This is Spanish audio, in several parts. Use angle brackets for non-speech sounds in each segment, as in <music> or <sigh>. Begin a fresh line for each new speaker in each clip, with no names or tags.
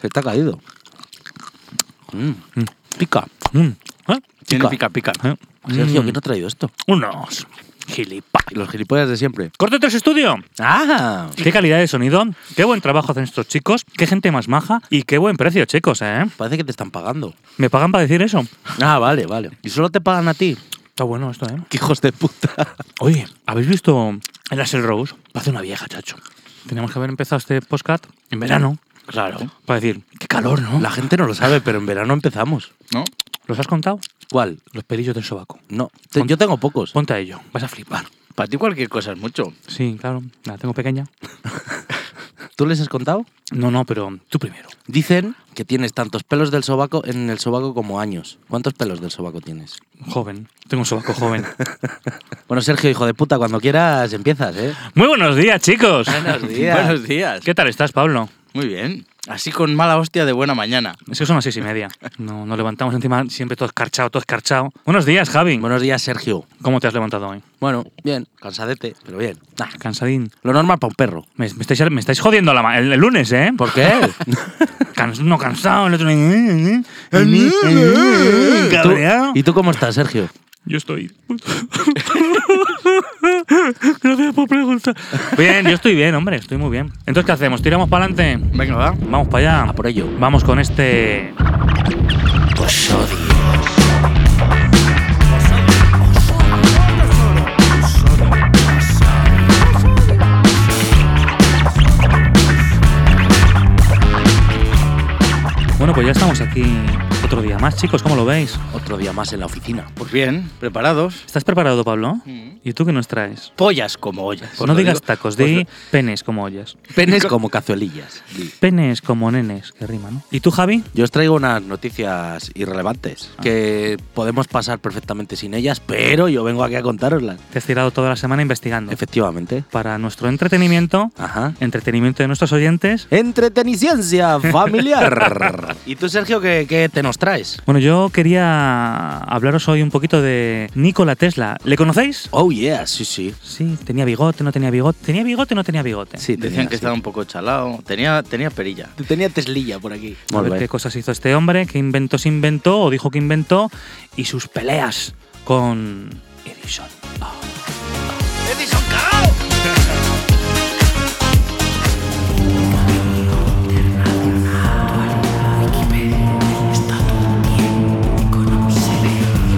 que está caído. Mm. Pica.
Mm. ¿Eh?
Tiene
pica, Mm. pica.
¿eh? Sergio, ¿quién ha traído esto?
Unos gilipollas.
Los gilipollas de siempre.
Corte 3 Estudio.
¡Ah!
Qué calidad de sonido, qué buen trabajo hacen estos chicos, qué gente más maja y qué buen precio, chicos, ¿eh?
Parece que te están pagando.
Me pagan para decir eso.
Ah, vale, vale. Y solo te pagan a ti.
Está bueno esto, ¿eh?
¡Qué hijos de puta!
Oye, ¿habéis visto el Axel Rose? Parece una vieja, chacho. Teníamos que haber empezado este podcast en verano
Claro.
para decir, qué calor, ¿no?
La gente no lo sabe, pero en verano empezamos.
¿No?
¿Los has contado?
¿Cuál?
Los pelillos del sobaco.
No. Te- yo tengo pocos.
Ponte a ello, vas a flipar.
Para ti cualquier cosa es mucho.
Sí, claro, la tengo pequeña.
¿Tú les has contado?
No, no, pero tú primero.
Dicen que tienes tantos pelos del sobaco en el sobaco como años. ¿Cuántos pelos del sobaco tienes?
Joven, tengo un sobaco joven.
Bueno, Sergio, hijo de puta, cuando quieras empiezas, ¿eh?
Muy buenos días, chicos.
<laughs> Buenos días.
Buenos días.
¿Qué tal estás, Pablo?
Muy bien. Así con mala hostia de buena mañana.
Es que son las seis y media. No, nos levantamos encima siempre todo escarchado, todo escarchado. Buenos días, Javi.
Buenos días, Sergio.
¿Cómo te has levantado hoy?
Bueno, bien, cansadete, pero bien. Nah,
Cansadín.
lo normal para un perro.
Me, me estáis, me estáis jodiendo la ma- el, el lunes, ¿eh?
¿Por qué? <laughs>
Cans- uno cansado, el otro... ¿eh?
¿Y tú-
Cabreado.
¿Y tú cómo estás, Sergio?
Yo <laughs> estoy... Gracias por preguntar. Bien, yo estoy bien, hombre. Estoy muy bien. Entonces, ¿qué hacemos? ¿Tiramos para adelante?
Venga, va.
Vamos para allá.
A por ello.
Vamos con este... Bueno, pues ya estamos aquí otro día más, chicos. ¿Cómo lo veis?
Otro día más en la oficina.
Pues bien, preparados.
¿Estás preparado, Pablo?
Mm.
¿Y tú qué nos traes?
Pollas como ollas.
no
Lo
digas
digo.
tacos,
Pues
di penes como ollas.
<laughs> Penes como cazuelillas. Sí.
Penes como nenes, que rima, ¿no? ¿Y tú, Javi?
Yo os traigo unas noticias irrelevantes que podemos pasar perfectamente sin ellas, pero yo vengo aquí a contároslas.
Te has tirado toda la semana investigando.
Efectivamente.
Para nuestro entretenimiento,
Ajá.
entretenimiento de nuestros oyentes.
Entreteniciencia <laughs> familiar. ¿Y tú, Sergio, qué, qué te nos traes?
Bueno, yo quería hablaros hoy un poquito de Nikola Tesla. ¿Le conocéis?
Oh, yeah, sí, sí.
Sí, tenía bigote, no tenía bigote. ¿Tenía bigote o no tenía bigote?
Sí,
Decían que
sí.
estaba un poco chalado. Tenía, tenía perilla.
Tenía teslilla por aquí.
A ver qué cosas hizo este hombre, qué inventos inventó o dijo que inventó y sus peleas con Edison.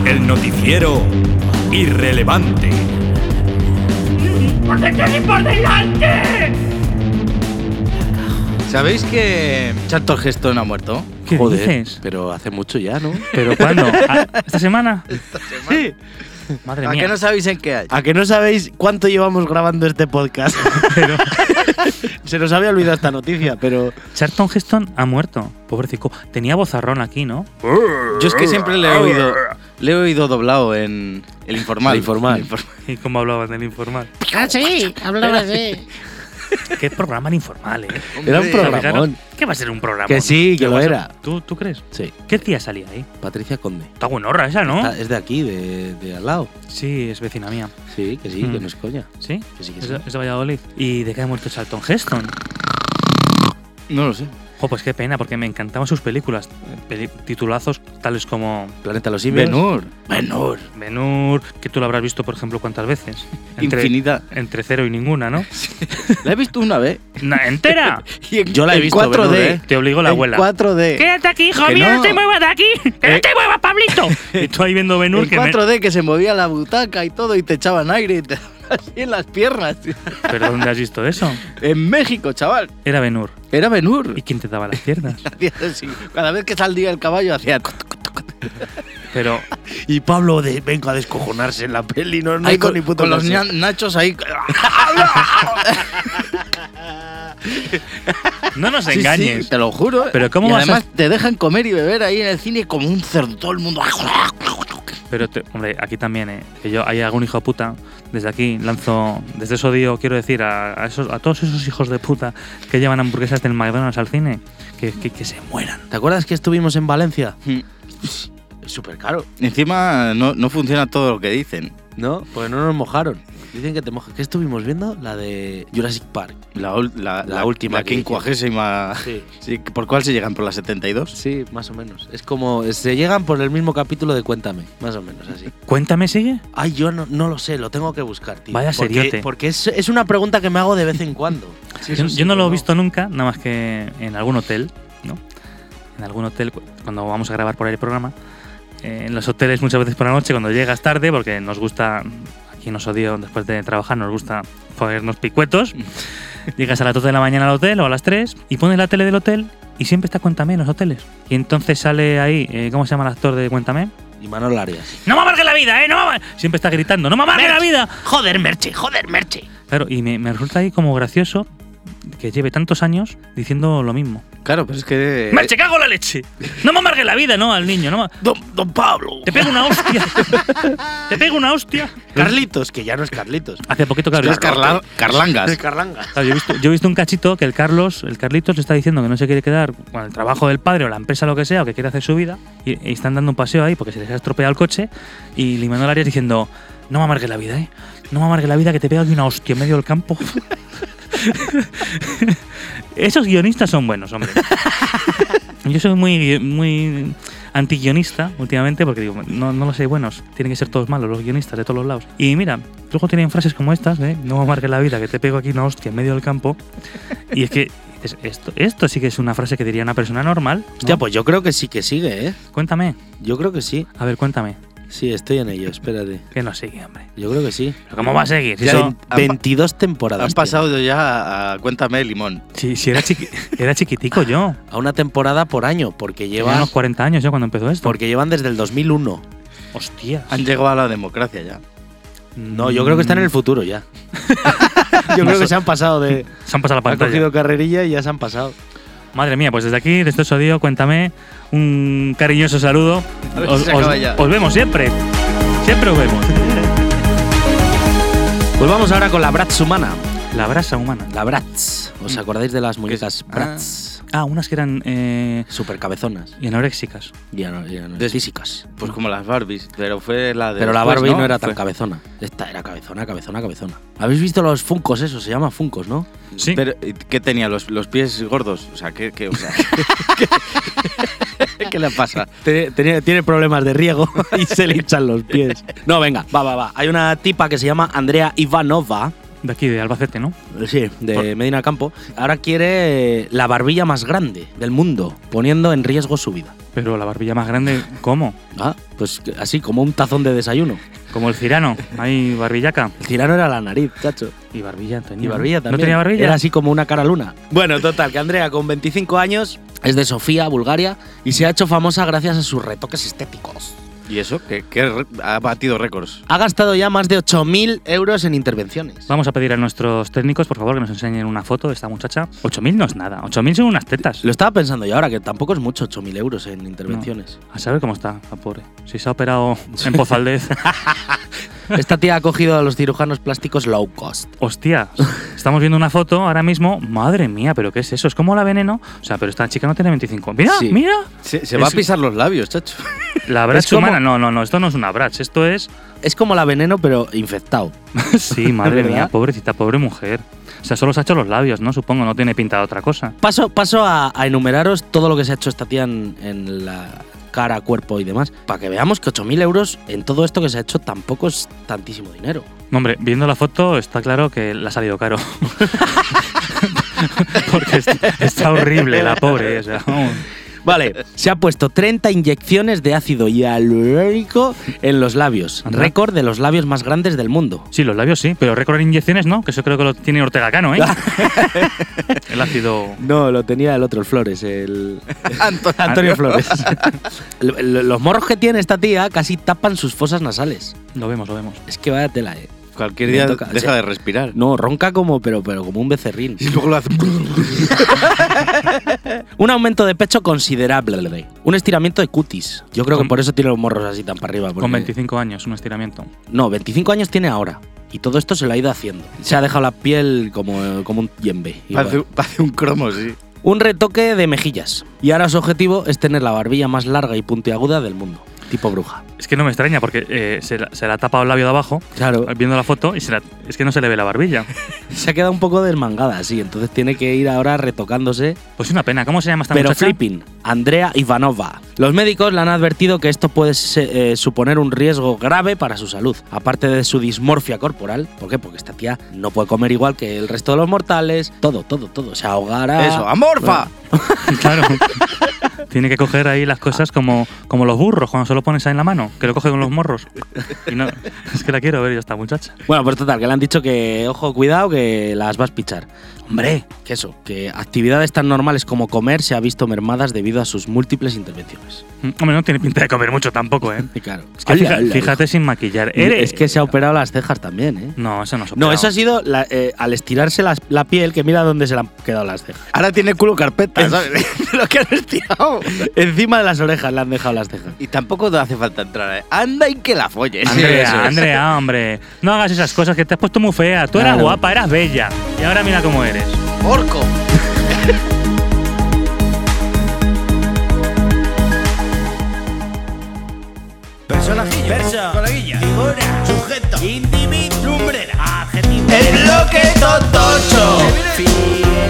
El noticiero irrelevante.
¿Sabéis que Charlton Heston ha muerto?
¿Qué
Joder,
dices?
pero hace mucho ya, ¿no?
¿Pero cuándo? ¿A- ¿Esta semana?
Sí.
Madre
¿A
mía.
qué no sabéis en qué hay?
<laughs> ¿A que no sabéis cuánto llevamos grabando este
<laughs>
podcast? Se nos había olvidado esta noticia, pero
Charlton Heston ha muerto. Pobrecico. Tenía bozarrón aquí, ¿no? <laughs>
Yo es que siempre le he oído, le he oído doblado en el informal.
El informal.
El informal.
¿Y cómo hablaban del informal?
Ah, sí, hablaba así.
<laughs> Qué programa el informal, ¿eh?
era un
Hombre,
programón.
¿Qué va a ser un programa?
Que sí, que lo era.
¿Tú, ¿Tú crees?
Sí,
¿Qué tía salía ahí?
Patricia Conde.
Está buenorra esa, ¿no?
Ah, Es de aquí, de, de al lado.
Sí, es vecina mía.
Sí, que sí,
Mm.
que no es coña.
¿Sí?
Que sí, que
Es
sí.
de, es de Valladolid. ¿Y de qué ha muerto Charlton Heston?
No lo sé.
Jo, pues qué pena, porque me encantaban sus películas. eh, Peli- titulazos tales como
Planeta Los Simios.
Benur. Benur.
Benur, que tú lo habrás visto, por ejemplo, cuántas
<laughs>
veces.
Infinidad.
Entre cero y ninguna, ¿no?
La he visto una vez.
¡No,
<laughs>
¡Entera!
Y en-
Yo la he
en
visto,
4D.
Benur, ¿eh?
Te obligó la
En
abuela.
4D.
¡Quédate aquí, hijo
Que
mío! ¡No
no.
te muevas de aquí! ¡Que
Eh.
no te muevas,
<laughs>
Pablito! y tú ahí viendo Benur,
En
que me-
4D que se movía la butaca y todo y te echaban aire y te <laughs> daban así en las piernas. tío.
¿Pero dónde has
<laughs>
visto eso?
En México, chaval.
Era Benur.
Era Benur.
¿Y quién te daba las
<laughs>
piernas?
Hacía así. Cada vez que salía el caballo hacía.
Pero
Y Pablo de, vengo a descojonarse en la peli, no, no
Ahí
hizo
con,
ni puto
con los
caso.
ña- nachos ahí. ah,
no nos
<laughs> Sí, sí,
engañes.
te lo juro. eh.
Pero ¿cómo
y
vas a-
además te dejan comer y beber ahí en el cine como un cerdo todo el mundo.
Pero, te- hombre, aquí también, ¿eh? que yo hay algún hijo de puta. Desde aquí lanzo, desde ese odio, quiero decir a, a esos, a todos esos hijos de puta que llevan hamburguesas del McDonald's al cine, que, que, que se mueran.
¿Te acuerdas que estuvimos en Valencia?
Mm.
Es súper caro,
Encima no, no funciona todo lo que dicen.
¿no? Porque no nos mojaron. Dicen que te mojas. ¿Qué estuvimos viendo? La de Jurassic Park.
La, ul- la,
La última
La
que hicieron.
quincuagésima.
Sí.
Sí, ¿Por cuál se llegan? ¿Por la 72?
Sí, más o menos. Es como. Se llegan por el mismo capítulo de Cuéntame. Más o menos así.
Cuéntame, sigue.
Ay, yo no, no lo sé, lo tengo que buscar, tío.
Vaya
porque,
seriote.
Porque es, es una pregunta que me hago de vez en cuando. Sí,
Yo,
eso sí
yo no
que
lo he visto nunca, nada más que en algún hotel, ¿no? En algún hotel, cu- cuando vamos a grabar por ahí el programa. eh, en los hoteles muchas veces por la noche, cuando llegas tarde, porque nos gusta, aquí nos odio después de trabajar, nos gusta ponernos picuetos.
<laughs>
llegas a las 2 de la mañana al hotel o a las 3 y pones la tele del hotel y siempre está Cuéntame en los hoteles. Y entonces sale ahí, eh, ¿cómo se llama el actor de Cuéntame?
Y Manol Arias.
¡No me amargues la vida, eh! ¡No me amar-". Siempre está gritando, ¡No me amargues la vida!
Joder, Merche, joder, Merche.
Claro, y me, me resulta ahí como gracioso que lleve tantos años diciendo lo mismo.
Claro, pero es que. eh,
¡Merche, cago en la leche! No me amargue la vida, ¿no? Al niño, no me-
Don, don Pablo.
Te pego una hostia. Te pego una hostia.
<laughs> Carlitos, que ya no es Carlitos.
Hace poquito, claro.
Tú eres Carla- Carlangas.
Carlanga.
claro, yo, he visto, yo he visto un cachito que el Carlos, el Carlitos, le está diciendo que no se quiere quedar con el trabajo del padre o la empresa, lo que sea, o que quiere hacer su vida. Y, y están dando un paseo ahí porque se les ha estropeado el coche. Y Limanol Arias diciendo: No me amargue la vida, ¿eh? No me amargue la vida que te pego aquí una hostia en medio del campo. <laughs> Esos guionistas son buenos, hombre. <laughs> Yo soy muy, gui- muy antiguionista últimamente porque digo, no, no los hay buenos, tienen que ser todos malos los guionistas de todos los lados. Y mira, luego tienen frases como estas, ¿eh? no me marques la vida, que te pego aquí una hostia en medio del campo. Y es que dices, esto, esto sí que es una frase que diría una persona normal. ¿no?
Hostia, pues yo creo que sí que sigue, ¿eh?
Cuéntame,
Yo creo que sí.
a ver, cuéntame.
Sí, estoy en ello, espérate.
Que no sigue, hombre.
Yo creo que sí.
¿Pero ¿Cómo va a seguir? Si,
Ya
eso-
han-
22 temporadas.
Han
tío.
pasado ya a, a Cuéntame Limón.
si- si era, chiqui- era chiquitico yo.
A una temporada por año, porque
Lleva
llevan,
unos 40 años yo cuando empezó esto.
porque llevan desde el 2001.
Hostias.
Han llegado a la democracia ya.
No, yo creo que
Mm,
están en el futuro ya. Mm. <laughs> yo creo que se han pasado de.
Se han pasado la
Han
pantalla.
cogido carrerilla y ya se han pasado.
Madre mía, pues desde aquí, desde este odio, cuéntame un cariñoso saludo.
A ver si se acaba ya.
os vemos siempre. Siempre os vemos.
Pues vamos ahora con la Bratz humana.
La brasa humana.
La Bratz. ¿Os acordáis de las muñecas
Ah.
Bratz?
Ah, unas que eran eh,
Super cabezonas.
y anoréxicas.
Ya no, ya no.
Des-
físicas.
Pues como las Barbies, pero fue la de.
Pero la
después,
Barbie no, era tan
Fue-
cabezona. Esta era cabezona, cabezona, cabezona. ¿Habéis visto los Funcos esos? Se llama Funcos, ¿no?
Sí.
Pero, ¿y ¿Qué tenía? ¿Los, los pies gordos? O sea, ¿qué, qué, o sea, <laughs> ¿qué- <laughs> qué le pasa?
Tiene, tiene problemas de riego <laughs> y se le hinchan los pies. No, venga, va, va, va. Hay una tipa que se llama Andrea Ivanova.
De aquí, de Albacete, ¿no?
Sí, de Medina Campo. Ahora quiere eh, la barbilla más grande del mundo, poniendo en riesgo su vida.
Pero la barbilla más grande, ¿cómo?
Ah, pues que- así como un tazón de desayuno.
Como el cirano. Hay barbillaca.
El tirano era la nariz, chacho.
Y barbilla tenía.
Y
¿no?
barbilla también.
¿No tenía barbilla?
Era así como una cara luna. Bueno, total, que Andrea con 25 años es de Sofía, Bulgaria, y se ha hecho famosa gracias a sus retoques estéticos.
¿Y eso? ¿Qué, qué re- ha batido récords?
Ha gastado ya más de 8.000 euros en intervenciones.
Vamos a pedir a nuestros técnicos, por favor, que nos enseñen una foto de esta muchacha. 8.000 no es nada. 8.000 son unas tetas.
Lo estaba pensando yo ahora, que tampoco es mucho 8.000 euros en intervenciones.
A saber cómo está la pobre. Si se
<laughs>
ha operado en Pozaldez.
Esta
<laughs>
tía ha cogido a los cirujanos plásticos low cost.
Hostia, estamos viendo una foto ahora mismo. Madre mía, pero ¿qué es eso? ¿Es como la veneno? O sea, pero esta chica no tiene 25. Mira,
Sí.
mira.
Se, se va a
Es-
pisar los labios, chacho.
La brach
Es como-
humana. No, no, no, esto no es una brach.
<laughs>
Esto es.
Es como la veneno, pero infectado.
sí, madre
¿Verdad?
mía, pobrecita, pobre mujer. O sea, solo se ha hecho los labios, ¿no? Supongo, no tiene pinta de otra cosa.
Paso, paso a, a enumeraros todo lo que se ha hecho esta tía en, en la cara, cuerpo y demás, para que veamos que 8.000 euros en todo esto que se ha hecho tampoco es tantísimo dinero.
No, hombre, viendo la foto está claro que le ha salido caro. <laughs> Porque est- está, horrible la pobre. o sea, vamos.
Vale, <laughs> se ha puesto 30 inyecciones de ácido hialurónico en los labios,
Anda.
récord de los labios más grandes del mundo.
Sí, los labios sí, pero récord en inyecciones no, que eso creo que lo tiene Ortega
<laughs>
Cano, ¿eh? El ácido.
No, lo tenía el otro, el Flores, <laughs> el
Anto-
Antonio Flores. <laughs> Lo- lo- los morros que tiene esta tía casi tapan sus fosas nasales.
Lo vemos, lo vemos.
Es que vaya tela, eh.
Cualquier
Me
día
toca-
deja
sí.
de respirar.
No, ronca como pero pero como un becerrín.
Y luego lo hace.
Un aumento de pecho considerable. Un estiramiento de cutis. Yo creo que
Con-
por eso tiene los morros así tan para arriba.
Con
porque-
25 años, un estiramiento.
No, 25 años tiene ahora. Y todo esto se lo ha ido haciendo. Se ha dejado la piel como, como un yembe.
Parece, parece un cromo, sí.
Un retoque de mejillas. Y ahora su objetivo es tener la barbilla más larga y puntiaguda del mundo. tipo bruja.
Es que no me extraña porque eh, se, la- se le ha tapado el labio de abajo
Claro,
viendo la foto y se la- es que no se le ve la barbilla.
se ha quedado un poco desmangada, sí, entonces tiene que ir ahora retocándose
Pues una pena. ¿Cómo se llama esta
Pero
muchacha?
flipping, Andrea Ivanova. Los médicos le han advertido que esto puede se- eh, suponer un riesgo grave para su salud, aparte de su dismorfia corporal. ¿Por qué? Porque esta tía no puede comer igual que el resto de los mortales. Todo, todo, todo. Se ahogará.
Eso, amorfa.
<laughs> Claro. Tiene que coger ahí las cosas como, como los burros cuando se lo pones ahí en la mano, que lo coge con los morros. Y no, es que la quiero ver yo a esta muchacha.
Bueno, pues total, que le han dicho que, ojo, cuidado, que las vas a pichar. Hombre, que eso, que actividades tan normales como comer se ha visto mermadas debido a sus múltiples intervenciones.
Mm, Hombre, no tiene pinta de comer mucho tampoco, ¿eh?
Y claro.
Es que
Ala,
fija-
ala.
fíjate sin maquillar.
Es
Eres-
que se ha operado las cejas también, ¿eh?
No, eso no es
No,
operado.
eso ha sido la- eh, al estirarse las- la piel, que mira dónde se le han quedado las cejas. <laughs>
Ahora tiene culo carpeta, ¿sabes? <laughs> Lo que han estirado.
Encima de las orejas le han dejado las cejas.
Y tampoco te hace falta entrar. ¿eh? Anda y que la folles.
Andrea,
Eso es.
Andrea, hombre. No hagas esas cosas que te has puesto muy fea. Tú eras
Claro.
guapa, eras bella. Y ahora mira cómo eres.
Orco.
Personajillo, perso, coleguilla, figura, sujeto, individuo, lumbrera, adjetivo.
El bloque totocho.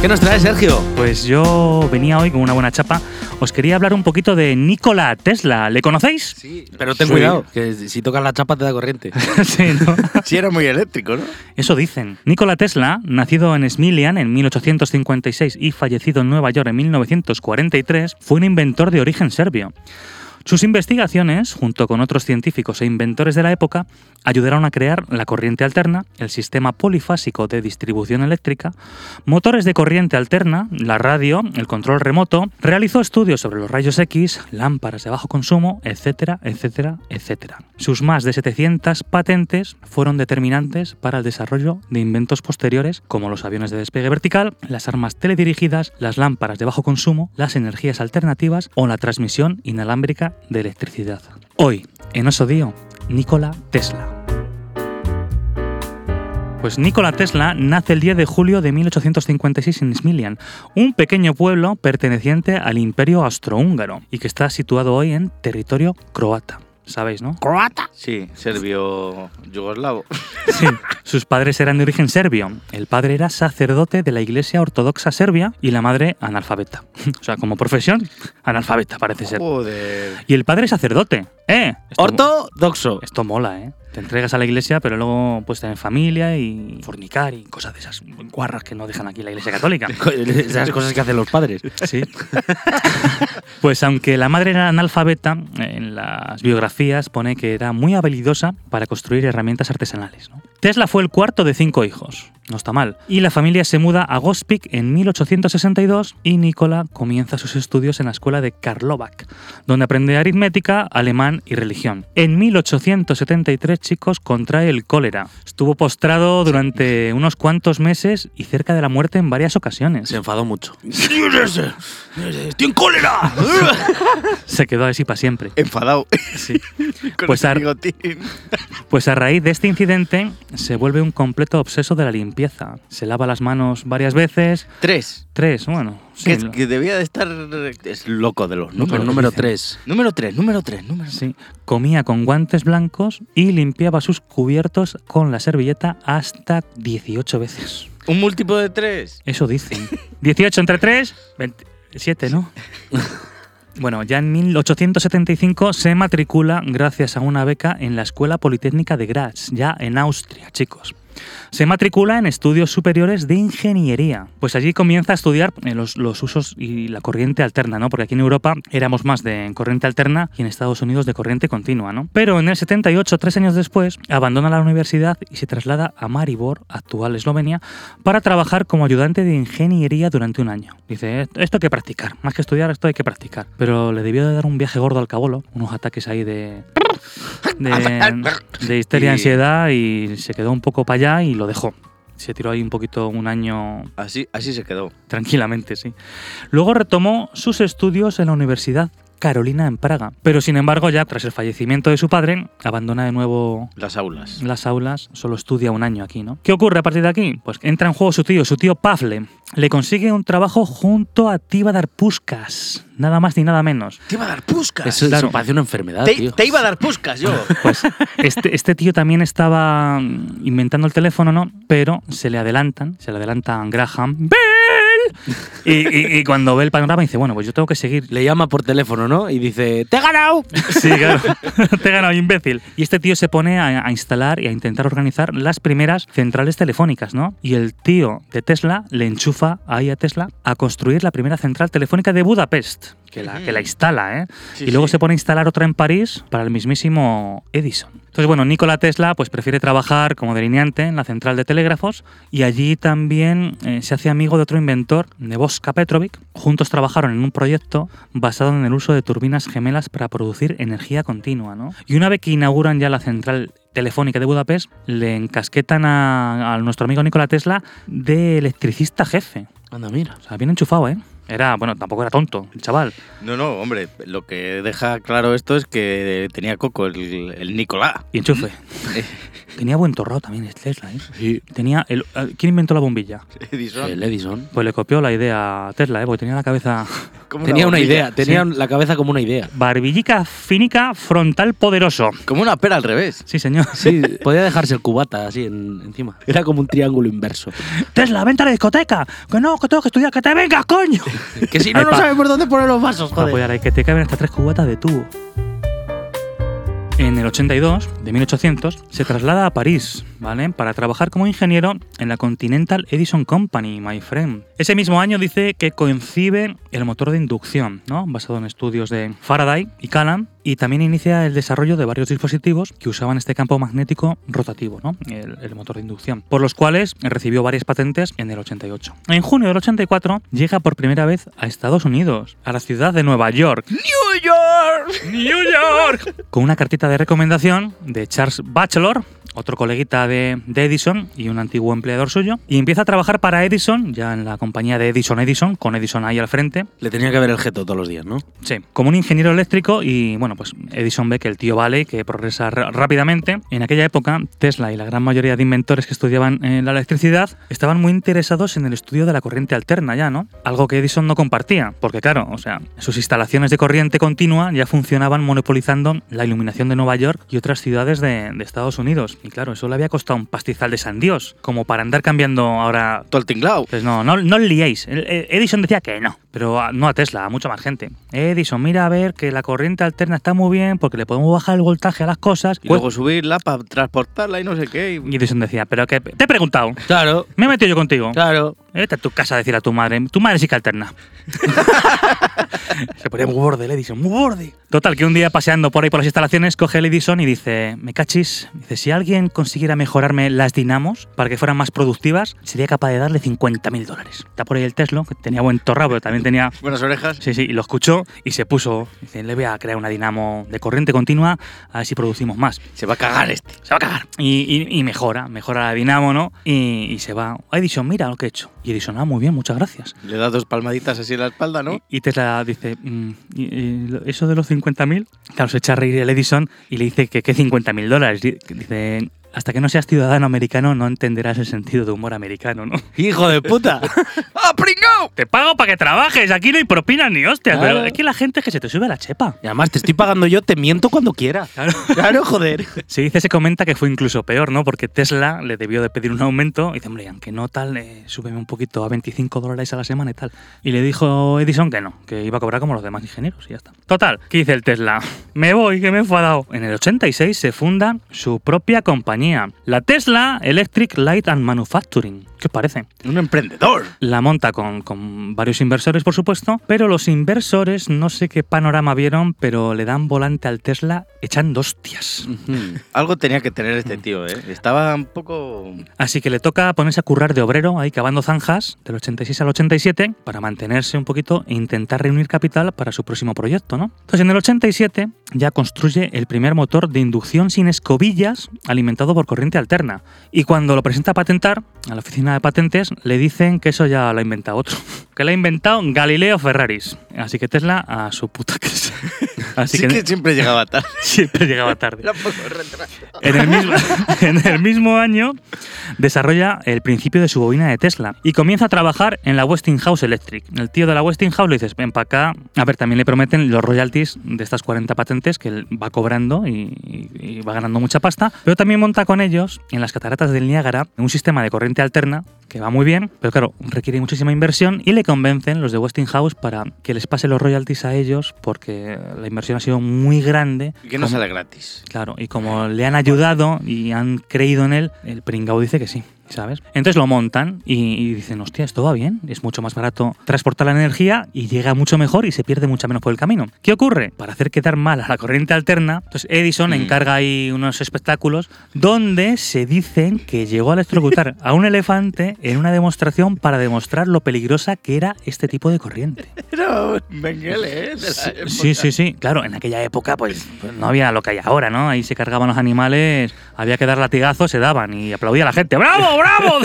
¿Qué nos trae Sergio?
Pues yo venía hoy con una buena chapa. Os quería hablar un poquito de Nikola Tesla. ¿Le conocéis?
Sí,
Pero ten
Sí.
cuidado, que si tocas la chapa te da <laughs> corriente.
<laughs> sí ¿no?
sí era muy eléctrico, ¿no?
Eso dicen. Nikola Tesla, nacido en Smiljan en 1856 y fallecido en Nueva York en 1943, fue un inventor de origen serbio. Sus investigaciones, junto con otros científicos e inventores de la época, ayudaron a crear la corriente alterna, el sistema polifásico de distribución eléctrica, motores de corriente alterna, la radio, el control remoto, realizó estudios sobre los rayos X, lámparas de bajo consumo, etcétera, etcétera, etcétera. Sus más de 700 patentes fueron determinantes para el desarrollo de inventos posteriores como los aviones de despegue vertical, las armas teledirigidas, las lámparas de bajo consumo, las energías alternativas o la transmisión inalámbrica de electricidad. Hoy, en Osodío, Nikola Tesla. Pues Nikola Tesla nace el 10 de julio de 1856 en Smiljan, un pequeño pueblo perteneciente al Imperio Austrohúngaro y que está situado hoy en territorio croata. ¿Sabéis, no?
Croata.
Sí, serbio yugoslavo.
Sí. Sus padres eran de origen serbio. El padre era sacerdote de la Iglesia Ortodoxa Serbia y la madre analfabeta. <laughs> O sea, como profesión, analfabeta parece ser.
Joder.
Y el padre es sacerdote. ¿Eh? Esto-
Ortodoxo.
Esto mola, ¿eh? Te entregas a la iglesia, pero luego pues tener familia y fornicar y cosas de esas guarras que no dejan aquí la iglesia católica.
<laughs> Esas cosas que hacen los padres.
Sí. <laughs> pues aunque la madre era analfabeta, en las biografías pone que era muy habilidosa para construir herramientas artesanales. ¿no? Tesla fue el cuarto de cinco hijos, no está mal. Y la familia se muda a Gospic en 1862 y Nikola comienza sus estudios en la escuela de Karlovac, donde aprende aritmética, alemán y religión. En 1873, chicos, contrae el cólera. Estuvo postrado durante unos cuantos meses y cerca de la muerte en varias ocasiones.
Se enfadó mucho.
¡Estoy en cólera!
<laughs> Se quedó así para siempre.
Enfadado. <laughs>
Sí.
Con
Pues
ese
ar-
bigotín.
Pues a raíz de este incidente se vuelve un completo obseso de la limpieza. Se lava las manos varias veces.
Tres.
Tres, bueno. sí,
que, es-
lo-
que debía de estar. Es loco de los números.
Número, número 3.
Número tres, número tres, número tres.
sí. Comía con guantes blancos y limpiaba sus cubiertos con la servilleta hasta 18 veces.
Un múltiplo de tres.
Eso dicen. 18 entre 3, 27, ¿no? Bueno, ya en 1875 se matricula gracias a una beca en la Escuela Politécnica de Graz, ya en Austria, chicos. Se matricula en estudios superiores de ingeniería, pues allí comienza a estudiar eh, los, los usos y la corriente alterna, ¿no? Porque aquí en Europa éramos más de corriente alterna y en Estados Unidos de corriente continua, ¿no? Pero en el 78, tres años después, abandona la universidad y se traslada a Maribor, actual Eslovenia, para trabajar como ayudante de ingeniería durante un año. Dice, "Est- esto hay que practicar, más que estudiar, esto hay que practicar. Pero le debió de dar un viaje gordo al cabolo, unos ataques ahí de... De, de histeria,
Y-
ansiedad y se quedó un poco para allá y lo dejó. Se tiró ahí un poquito un año <laughs>
Así, así se quedó.
tranquilamente, sí. Luego retomó sus estudios en la Universidad Carolina en Praga. Pero sin embargo, ya tras el fallecimiento de su padre, abandona de nuevo
Las aulas.
las aulas, solo estudia un año aquí, ¿no? ¿Qué ocurre a partir de aquí? Pues que entra en juego su tío, su tío Pafle. Le consigue un trabajo junto a Tiba Darpuskas, nada más ni nada menos.
Te iba a dar puscas.
Eso,
Claro.
eso parece una enfermedad,
te,
tío.
te iba a dar puscas yo.
Pues este, este tío también estaba mm, inventando el teléfono, ¿no? Pero se le adelantan, se le adelantan Graham Bell. Y, y- y cuando ve el panorama dice, bueno, pues yo tengo que seguir <laughs>
Le llama por teléfono, ¿no? Y dice, ¡te he ganado!
Sí, claro. <laughs> Te he ganado, imbécil. Y este tío se pone a, a instalar y a intentar organizar las primeras centrales telefónicas, ¿no? Y el tío de Tesla le enchufa ahí a Tesla a construir la primera central telefónica de Budapest. Que la, que la instala, ¿eh?
Sí,
y luego
sí.
se pone a instalar otra en París para el mismísimo Edison. Entonces, bueno, Nikola Tesla pues prefiere trabajar como delineante en la central de telégrafos y allí también eh, se hace amigo de otro inventor, Neboska Petrovic. Juntos trabajaron en un proyecto basado en el uso de turbinas gemelas para producir energía continua, ¿no? Y una vez que inauguran ya la central telefónica de Budapest, le encasquetan a, a nuestro amigo Nikola Tesla de electricista jefe.
Anda, mira.
O sea, bien enchufado, ¿eh? Era, bueno, tampoco era tonto, el chaval.
No, no, hombre, lo que deja claro esto es que tenía coco el, el Nicolás. <laughs>
Y enchufe. Tenía buen torrado también el Tesla, ¿eh?
Sí.
Tenía el, ah, ¿Quién inventó la bombilla?
Edison.
El Edison.
Pues le copió la idea a Tesla, ¿eh? Porque tenía la cabeza <laughs>
Como
Tenía una
bombilla.
idea, tenía la cabeza como una <laughs> idea.
barbillica, fínica, frontal, poderoso.
Como una pera al revés.
Sí, señor.
Sí, podía dejarse el cubata así en- encima. Era como un triángulo inverso.
Tesla, vente a la discoteca. Que no, que tengo que estudiar, que te vengas, coño.
Que si
no, Ay, no pa-
sabemos dónde poner los vasos,
Para apoyar ahí, que te caben hasta tres cubatas de tubo. En el 82, de 1800, se traslada a París, ¿vale? Para trabajar como ingeniero en la Continental Edison Company, my friend. Ese mismo año dice que concibe el motor de inducción, ¿no? Basado en estudios de Faraday y Callan, y también inicia el desarrollo de varios dispositivos que usaban este campo magnético rotativo, ¿no? El, el motor de inducción, por los cuales recibió varias patentes en el 88. En junio del 84 llega por primera vez a Estados Unidos, a la ciudad de Nueva York. ¡New York! ¡New York! Con una cartita de recomendación de Charles Batchelor, otro coleguita de, de Edison y un antiguo empleador suyo, y empieza a trabajar para Edison, ya en la compañía de Edison Edison, con Edison ahí al frente,
Le tenía que ver el geto todos los días, ¿no?
Sí, como un ingeniero eléctrico y bueno, pues Edison ve que el tío vale, que progresa ra- rápidamente. En aquella época, Tesla y la gran mayoría de inventores que estudiaban eh, la electricidad estaban muy interesados en el estudio de la corriente alterna ya, ¿no? Algo que Edison no compartía, porque claro, o sea, sus instalaciones de corriente continua ya funcionaban monopolizando la iluminación de Nueva York y otras ciudades de, de Estados Unidos. Y claro, eso le había costado un pastizal de San Dios, como para andar cambiando ahora
Todo el tinglao.
pues no, no, no os liéis. El- el- Edison decía que no, pero a- no a Tesla, a mucha más gente. Edison, mira a ver que la corriente alterna está muy bien porque le podemos bajar el voltaje a las cosas.
Y
Pues-
luego subirla para transportarla y no sé qué. y-
y Edison decía, pero que te he preguntado,
Claro,
me he metido yo contigo.
claro.
Vete a tu casa a decir a tu madre, tu madre sí que alterna. <laughs> Se ponía muy borde el Edison, muy borde. Total, que un día paseando por ahí por las instalaciones, coge el Edison y dice, me cachis, dice, si alguien consiguiera mejorarme las dinamos para que fueran más productivas, sería capaz de darle 50.000 dólares. Está por ahí el Tesla, que tenía buen torrado, pero también tenía...
Buenas orejas.
Sí, sí, y lo escuchó y se puso, dice, le voy a crear una dinamo de corriente continua, a ver si producimos más.
Se va a cagar este.
Se va a cagar. Y, y- y mejora, mejora la dinamo, ¿no? Y, y se va. "Oh, Edison, mira lo que he hecho. Y Edison, ah, muy bien, muchas gracias.
Le da dos palmaditas así en la espalda, ¿no?
Y, y Tesla dice, "Mm, y- y lo- ¿eso de los 50.000? Claro, se echa a reír el Edison y le dice que qué 50.000 dólares. Di- Dice, hasta que no seas ciudadano americano no entenderás el sentido de humor americano, ¿no?
¡Hijo de puta!
¡Ah, pringao!
Te pago para que trabajes, aquí no hay propinas ni hostias,
Claro.
pero es que la gente es que se te sube a la chepa.
<laughs> Y además, te estoy pagando yo, te miento cuando quiera.
Claro.
Claro, joder.
Se dice, se comenta que fue incluso peor, ¿no? Porque Tesla le debió de pedir un aumento. Y dice, hombre, aunque no tal, eh, súbeme un poquito a 25 dólares a la semana y tal. Y le dijo Edison que no, que iba a cobrar como los demás ingenieros y ya está. Total, ¿qué dice el Tesla? <laughs> Me voy, que me he enfadado. En el 86 se funda su propia compañía, la Tesla Electric Light and Manufacturing. ¿Qué os parece?
Un emprendedor.
La monta con, con varios inversores, por supuesto, pero los inversores no sé qué panorama vieron, pero le dan volante al Tesla echando hostias.
Algo tenía que tener este tío, ¿eh? Estaba un poco...
Así que le toca ponerse a currar de obrero ahí cavando zanjas del 86 al 87 para mantenerse un poquito e intentar reunir capital para su próximo proyecto, ¿no? Entonces en el 87 ya construye el primer motor de inducción sin escobillas alimentado por corriente alterna. Y cuando lo presenta a patentar a la <laughs> oficina de patentes le dicen que eso ya lo ha inventado otro, que lo ha inventado Galileo Ferraris. Así que Tesla a su puta casa. <laughs> Así
Sí
que,
que, siempre
<laughs>
llegaba tarde.
siempre llegaba tarde.
Era un poco retraso.
En el, mismo, <laughs> en el mismo año desarrolla el principio de su bobina de Tesla y comienza a trabajar en la Westinghouse Electric. El tío de la Westinghouse le dice, ven para acá. A ver, también le prometen los royalties de estas 40 patentes que él va cobrando y, y va ganando mucha pasta. Pero también monta con ellos, en las cataratas del Niágara, un sistema de corriente alterna que va muy bien, pero claro, requiere muchísima inversión y le convencen los de Westinghouse para que les pase los royalties a ellos porque la inversión ha sido muy grande.
Que no
Como-
sale gratis.
Claro, y como le han ayudado y han creído en él, el pringao dice que sí, ¿sabes? Entonces lo montan y, y dicen, hostia, esto va bien, es mucho más barato transportar la energía y llega mucho mejor y se pierde mucho menos por el camino. ¿Qué ocurre? Para hacer quedar mal a la corriente alterna, entonces Edison encarga ahí unos espectáculos donde se dicen que llegó a electrocutar a un elefante en una demostración para demostrar lo peligrosa que era este tipo de corriente.
Era un Mengele, ¿eh? De la época.
Sí, sí, sí. Claro, en aquella época pues pues, no había lo que hay ahora, ¿no? Ahí se cargaban los animales, había que dar latigazos, se daban y aplaudía la gente. ¡Bravo, bravo!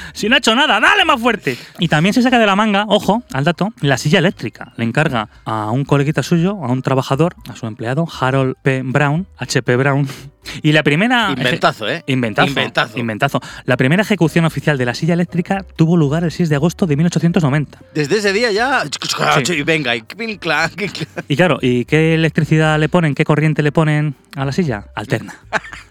<laughs> si no ha hecho nada, dale más fuerte. Y también se saca de la manga, ojo, al dato, la silla eléctrica. Le encarga a un coleguita suyo, a un trabajador, a su empleado, Harold P. Brown, HP Brown. Y la primera...
Inventazo, ¿eh?
Ah, Inventazo,
Inventazo.
inventazo. La primera ejecución oficial de la silla eléctrica tuvo lugar el 6 de agosto de 1890.
Desde ese día ya.
Sí.
Venga, y clink, clank, clink, clank.
Y claro, ¿y qué electricidad le ponen, qué corriente le ponen a la silla? Alterna.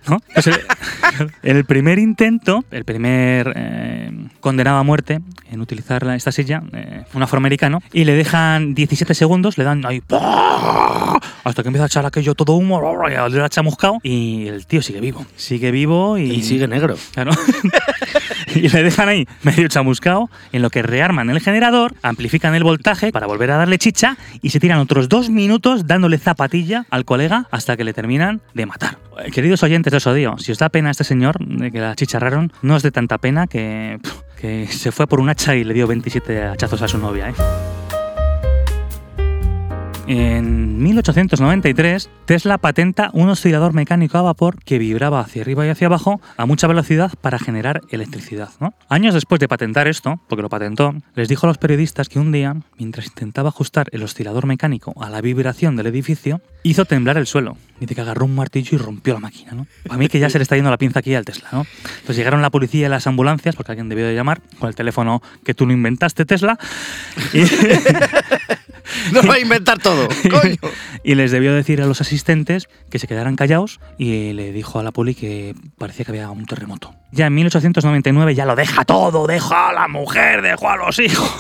¿no? Pues el, <laughs> el primer intento, el primer eh, condenado a muerte en utilizar la- esta silla, eh, fue un afroamericano, y le dejan 17 segundos, le dan ahí ¡pah! hasta que empieza a echar aquello todo humo, y le ha chamuscado, y el tío sigue vivo. Sigue vivo y.
Y sigue negro.
Claro. <laughs> y le dejan ahí medio chamuscado, en lo que rearman el generador, amplifican el voltaje para volver a darle chicha y se tiran otros dos minutos dándole zapatilla al colega hasta que le terminan de matar. Eh, Queridos oyentes de Osodio, si os da pena este señor de que la chicharraron, no os dé tanta pena que, pff, que se fue por un hacha y le dio 27 hachazos a su novia. ¿eh? En 1893, Tesla patenta un oscilador mecánico a vapor que vibraba hacia arriba y hacia abajo a mucha velocidad para generar electricidad. ¿no? Años después de patentar esto, porque lo patentó, les dijo a los periodistas que un día, mientras intentaba ajustar el oscilador mecánico a la vibración del edificio, hizo temblar el suelo. Dice que agarró un martillo y rompió la máquina. ¿no? A mí que ya se le está yendo la pinza aquí al Tesla. ¿no? Entonces llegaron la policía y las ambulancias, porque alguien debió de llamar, con el teléfono que tú no inventaste, Tesla. Y,
<laughs> No va a
<laughs>
inventar todo, coño.
y les debió decir a los asistentes que se quedaran callados y le dijo a la poli que parecía que había un terremoto. Ya en 1899 ya lo deja todo, deja a la mujer, dejó a los hijos.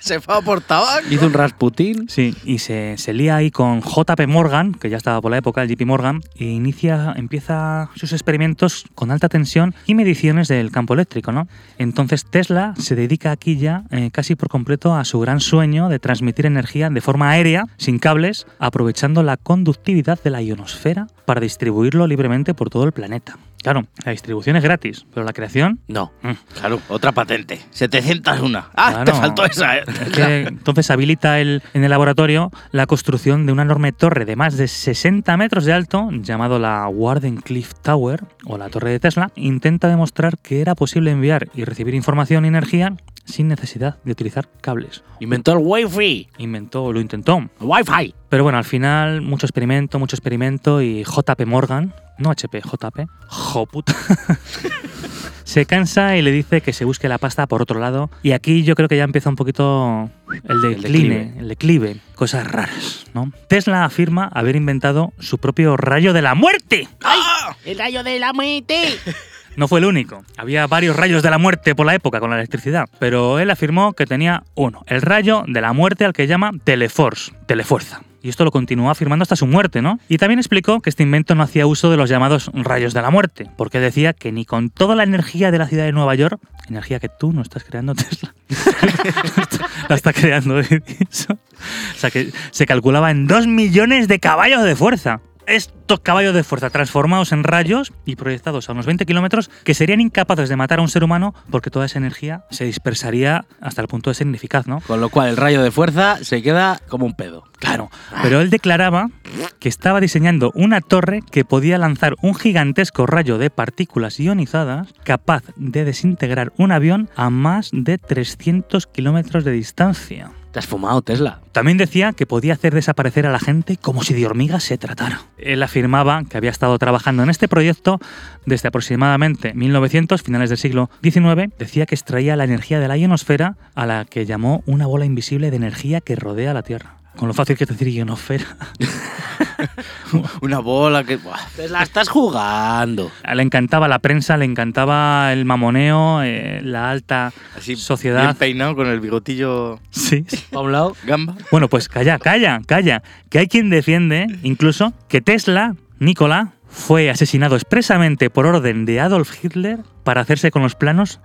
Se fue a por tabaco.
Hizo un Rasputin.
Sí, y se, se lía ahí con JP Morgan, que ya estaba por la época, el JP Morgan, e inicia, empieza sus experimentos con alta tensión y mediciones del campo eléctrico, ¿no? Entonces Tesla se dedica aquí ya eh, casi por completo a su gran sueño de transmitir energía de forma aérea, sin cables, aprovechando la conductividad de la ionosfera para distribuirlo libremente por todo el planeta. Claro, la distribución es gratis, pero la creación...
No.
mm.
Claro, otra patente. 701. Ah, te
Claro. <laughs>
faltó esa. ¿eh?
Es que entonces habilita el, en el laboratorio la construcción de una enorme torre de más de 60 metros de alto, llamado la Wardenclyffe Tower o la Torre de Tesla. Intenta demostrar que era posible enviar y recibir información y energía sin necesidad de utilizar cables.
Inventó el Wi-Fi.
Inventó, lo intentó.
Wi-Fi.
Pero bueno, al final, mucho experimento, mucho experimento y JP Morgan, no HP, JP, joputa, <laughs> se cansa y le dice que se busque la pasta por otro lado. Y aquí yo creo que ya empieza un poquito el decline, el declive, cosas raras, ¿no? Tesla afirma haber inventado su propio rayo de la muerte.
El rayo de la muerte.
No fue el único. Había varios rayos de la muerte por la época con la electricidad, pero él afirmó que tenía uno, el rayo de la muerte al que llama Teleforce, Telefuerza. Y esto lo continuó afirmando hasta su muerte, ¿no? Y también explicó que este invento no hacía uso de los llamados rayos de la muerte, porque decía que ni con toda la energía de la ciudad de Nueva York, energía que tú no estás creando, <laughs> Tesla, <laughs> la está creando Edison, o sea que se calculaba en 2 millones de caballos de fuerza. Estos caballos de fuerza transformados en rayos y proyectados a unos 20 kilómetros que serían incapaces de matar a un ser humano porque toda esa energía se dispersaría hasta el punto de ser ineficaz, ¿no?
Con lo cual el rayo de fuerza se queda como un pedo.
Claro, pero él declaraba que estaba diseñando una torre que podía lanzar un gigantesco rayo de partículas ionizadas capaz de desintegrar un avión a más de 300 kilómetros de distancia.
Te has fumado, Tesla.
También decía que podía hacer desaparecer a la gente como si de hormigas se tratara. Él afirmaba que había estado trabajando en este proyecto desde aproximadamente 1900, finales del siglo XIX. Decía que extraía la energía de la ionosfera, a la que llamó una bola invisible de energía que rodea la Tierra. Con lo fácil que es decir ionosfera. <laughs>
Una bola que. buah.
Tesla, estás jugando.
Le encantaba la prensa, le encantaba el mamoneo, eh, la alta
Así bien
sociedad.
peinado con el bigotillo
Sí,
A un lado.
gamba.
Bueno, pues calla, calla, calla. Que hay quien defiende incluso que Tesla, Nikola, fue asesinado expresamente por orden de Adolf Hitler para hacerse con los planos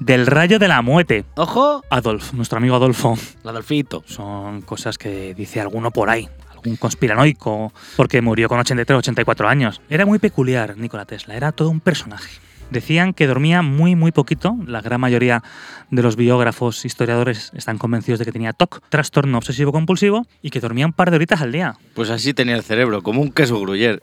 del rayo de la muerte.
Ojo,
Adolf, nuestro amigo Adolfo.
la Adolfito.
Son cosas que dice alguno por ahí, algún conspiranoico, porque murió con 83, 84 años. Era muy peculiar Nikola Tesla, era todo un personaje. Decían que dormía muy, muy poquito. La gran mayoría de los biógrafos, historiadores, están convencidos de que tenía TOC, trastorno obsesivo-compulsivo, y que dormía un par de horitas al día.
Pues así tenía el cerebro, como un queso gruyer.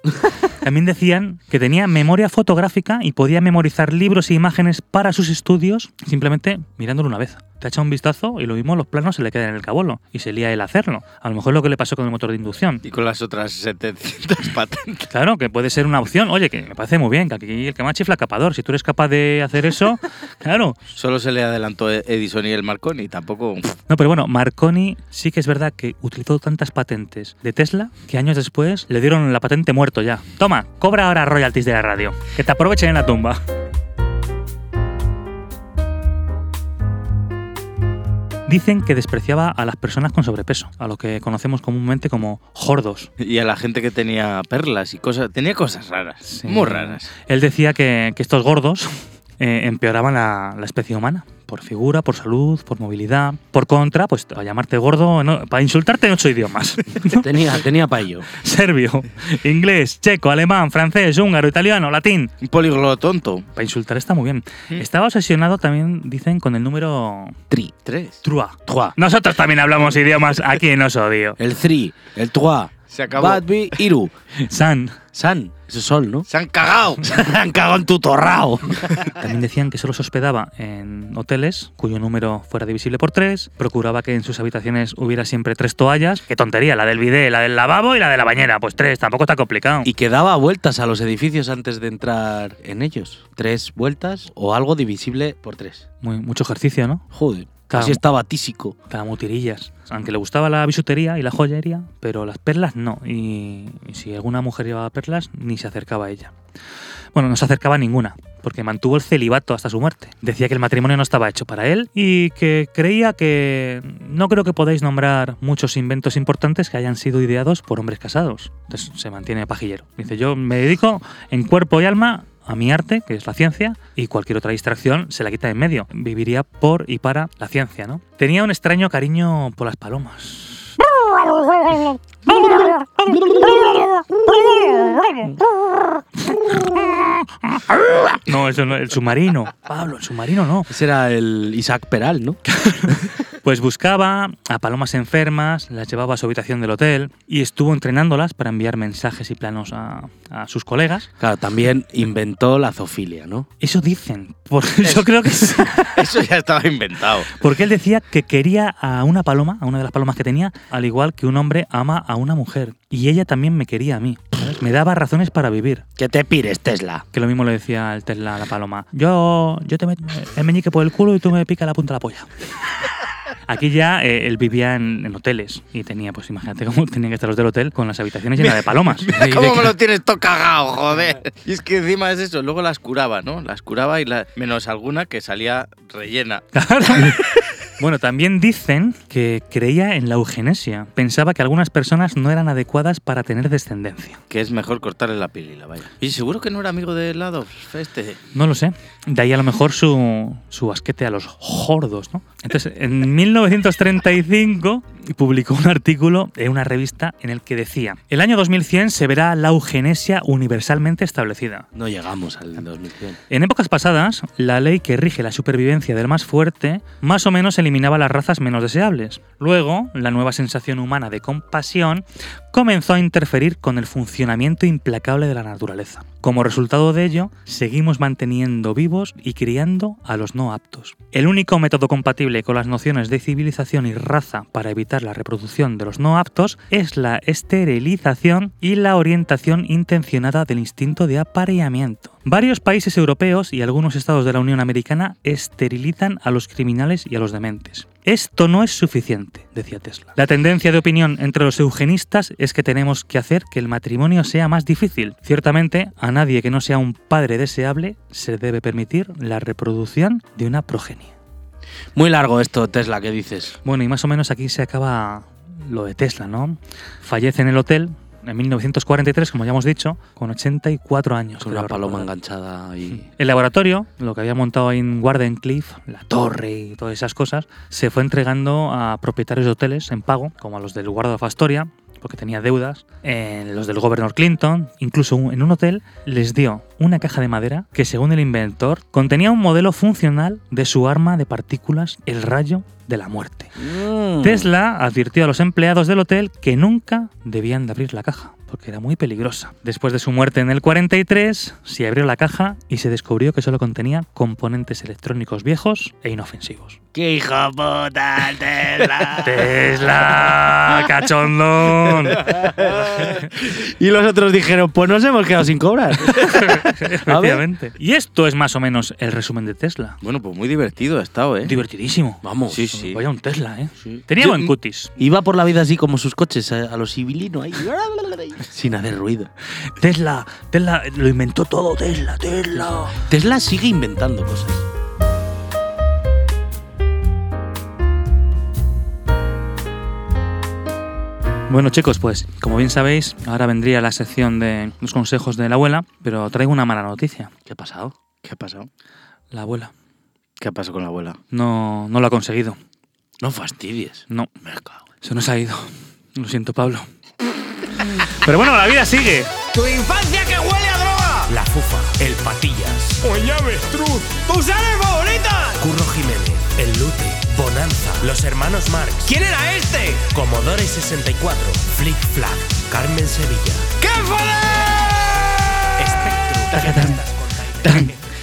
También decían que tenía memoria fotográfica y podía memorizar libros e imágenes para sus estudios simplemente mirándolo una vez. Te echa un vistazo y lo mismo los planos se le quedan en el cabolo y se lía el hacerlo. A lo mejor es lo que le pasó con el motor de inducción.
Y con las otras 700 <laughs> patentes.
Claro, que puede ser una opción. Oye, que me parece muy bien, que aquí el que más chifla capador. Si tú eres capaz de hacer eso, <laughs> claro.
Solo se le adelantó E- Edison y el Marconi, tampoco. <laughs>
No, pero bueno, Marconi sí que es verdad que utilizó tantas patentes de Tesla que años después le dieron la patente muerto ya. Toma, cobra ahora royalties de la radio. Que te aprovechen en la tumba. Dicen que despreciaba a las personas con sobrepeso, a lo que conocemos comúnmente como jordos.
Y a la gente que tenía perlas y cosas. Tenía cosas raras,
Sí.
muy raras.
Él decía que, que estos gordos eh, empeoraban la, la especie humana. Por figura, por salud, por movilidad. Por contra, pues a llamarte gordo, no, para insultarte en ocho idiomas.
<laughs>
Tenía, tenía pa' ello.
Serbio, inglés, checo, alemán, francés, húngaro, italiano, latín.
Un polígono tonto.
Para insultar está muy bien. Estaba obsesionado también, dicen, con el número
Tri.
Tres.
trua.
Trois.
Nosotros también hablamos idiomas aquí en
<laughs>
Osodio.
El Tri. El Trois.
Se acabó.
Badby, Iru.
San.
San. Eso es sol, ¿no?
¡Se han <laughs> cagado!
<laughs> Han cagado en tu torrao.
También decían que solo se hospedaba en hoteles cuyo número fuera divisible por tres, procuraba que en sus habitaciones hubiera siempre tres toallas. ¡Qué tontería! La del bidé, la del lavabo y la de la bañera. Pues tres, tampoco está complicado.
Y que daba vueltas a los edificios antes de entrar en ellos. Tres vueltas o algo divisible por tres.
Muy- mucho ejercicio, ¿no?
Joder.
Claro.
Casi estaba tísico.
Estaba mutirillas. Aunque le gustaba la bisutería y la joyería, pero las perlas no. Y, y si alguna mujer llevaba perlas, ni se acercaba a ella. Bueno, no se acercaba a ninguna, porque mantuvo el celibato hasta su muerte. Decía que el matrimonio no estaba hecho para él y que creía que no creo que podáis nombrar muchos inventos importantes que hayan sido ideados por hombres casados. Entonces se mantiene pajillero. Dice, yo me dedico en cuerpo y alma a mi arte, que es la ciencia, y cualquier otra distracción se la quita de en medio. Viviría por y para la ciencia, ¿no? Tenía un extraño cariño por las palomas. No, eso no, el submarino. Pablo, el submarino no.
Ese era el Isaac Peral, ¿no?
Pues buscaba a palomas enfermas, las llevaba a su habitación del hotel y estuvo entrenándolas para enviar mensajes y planos a, a sus colegas.
Claro, también inventó la zoofilia, ¿no?
Eso dicen. Por- <laughs> yo creo que es-
Eso ya estaba inventado.
Porque él decía que quería a una paloma, a una de las palomas que tenía, al igual que un hombre ama a una mujer. Y ella también me quería a mí. ¿sabes? Me daba razones para vivir.
Que te pires, Tesla.
Que lo mismo le decía el Tesla a la paloma. Yo, yo te meto eh, el meñique por el culo y tú me picas la punta de la polla. Aquí ya eh, él vivía en, en hoteles y tenía, pues imagínate cómo tenían que estar los del hotel con las habitaciones llenas de <laughs> palomas.
Mira
Y
<laughs> cómo
de-
me lo tienes todo cagado, joder. Y es que encima es eso, luego las curaba, ¿no? Las curaba y la... menos alguna que salía rellena.
Claro. Bueno, también dicen que creía en la eugenesia. Pensaba que algunas personas no eran adecuadas para tener descendencia.
Que es mejor cortarle la pilila, vaya. Y seguro que no era amigo de Adolf este.
No lo sé. De ahí a lo mejor <laughs> su, su asquete a los jordos, ¿no? Entonces, en 1935 publicó un artículo en una revista en el que decía: El año 2100 se verá la eugenesia universalmente establecida.
No llegamos al 2100.
En épocas pasadas, la ley que rige la supervivencia del más fuerte más o menos eliminaba las razas menos deseables. Luego, la nueva sensación humana de compasión comenzó a interferir con el funcionamiento implacable de la naturaleza. Como resultado de ello, seguimos manteniendo vivos y criando a los no aptos. El único método compatible con las nociones de civilización y raza para evitar la reproducción de los no aptos es la esterilización y la orientación intencionada del instinto de apareamiento. Varios países europeos y algunos estados de la Unión Americana esterilizan a los criminales y a los dementes. Esto no es suficiente, decía Tesla. La tendencia de opinión entre los eugenistas es que tenemos que hacer que el matrimonio sea más difícil. Ciertamente, a nadie que no sea un padre deseable se debe permitir la reproducción de una progenie.
Muy largo esto, Tesla, ¿qué dices?
Bueno, y más o menos aquí se acaba lo de Tesla, ¿no? Fallece en el hotel en 1943, como ya hemos dicho, con 84 años.
Con una
creo
paloma
recordar.
enganchada y.
El laboratorio, lo que había montado ahí en Wardenclyffe, la torre y todas esas cosas, se fue entregando a propietarios de hoteles en pago, como a los del Guardo de Astoria, porque tenía deudas, eh, los del gobernador Clinton, incluso un- en un hotel les dio una caja de madera que, según el inventor, contenía un modelo funcional de su arma de partículas, el rayo de la muerte. Mm. Tesla advirtió a los empleados del hotel que nunca debían de abrir la caja, porque era muy peligrosa. Después de su muerte en el 43, se abrió la caja y se descubrió que solo contenía componentes electrónicos viejos e inofensivos.
<laughs>
¡Qué hijo puta,
<laughs>
Tesla!
¡Tesla! ¡Cachondón!
Y los otros dijeron: Pues nos hemos quedado sin cobrar.
Efectivamente. Y esto es más o menos el resumen de Tesla.
Bueno, pues muy divertido ha estado, ¿eh?
Divertidísimo.
Vamos.
Sí, sí.
Vaya un Tesla, ¿eh?
Sí.
Tenía
Yo-
buen cutis.
Iba por la vida así como sus coches, a, a lo sibilino
<laughs>
ahí, sin hacer ruido.
Tesla, Tesla, lo inventó todo Tesla, Tesla.
Tesla sigue inventando cosas.
Bueno chicos, pues como bien sabéis, ahora vendría la sección de los consejos de la abuela, pero traigo una mala noticia.
¿Qué ha pasado?
¿Qué ha pasado?
La abuela
¿Qué ha pasado con la abuela?
no, no lo ha conseguido.
No fastidies.
No,
Me cago.
se nos ha ido. Lo siento, Pablo.
<laughs>
Pero bueno, la vida sigue.
¡Tu infancia que huele a droga!
La Fufa, el Patillas,
¡O llave truz! ¡Tus sales favoritas!
Curro Jiménez, el Lute, Bonanza, los hermanos Marx,
¿Quién era este?
Comodore 64, Flick Flag, Carmen Sevilla,
¡Qué
Spectrum, Canastas con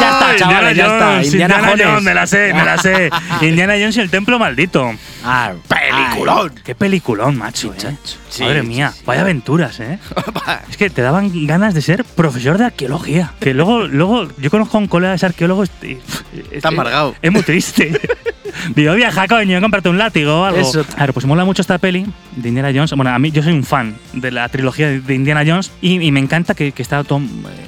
Ya está, chavales, ya está. Indiana
Indiana
Jones.
Jones, me la sé, me la sé.
<laughs>
Indiana Jones y el templo maldito.
Ah,
Qué peliculón, macho. ¿eh?
Sí,
Madre mía, vaya aventuras,
<laughs>
¿eh? es que te daban ganas de ser profesor de arqueología. Que luego, luego yo conozco a un colega de arqueólogos. y- es-
Está amargado.
este, Es muy triste.
<laughs>
Digo, viaja, coño, cómprate un látigo o algo.
Eso.
Claro, pues mola mucho esta peli de Indiana Jones. Bueno, a mí yo soy un fan de la trilogía de- de Indiana Jones y, y me encanta que, que está todo- eh,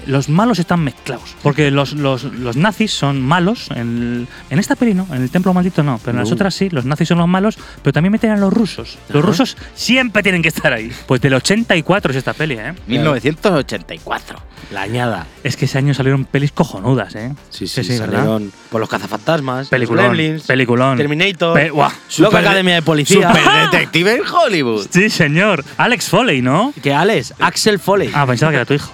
los malos están mezclados. Porque los, los, los nazis son malos. En, el- en esta peli no, en el Templo Maldito no, pero en las
No.
otras sí, los nazis son los malos, pero también meten a los rusos. Los
Ajá.
rusos siempre tienen que estar ahí. Pues del 84 es esta peli, ¿eh?
1984.
La añada.
Es que ese año salieron pelis cojonudas, ¿eh?
Sí, sí,
¿verdad?
salieron por los cazafantasmas,
Peliculón,
los Gremlins,
peliculón.
Terminator,
Pe- ¡Buah!
Loca Academia de Policía.
Super detective en Hollywood.
Sí, señor. Alex Foley, ¿no?
<laughs> Que Alex, Axel Foley.
Ah, pensaba que era tu <laughs> hijo.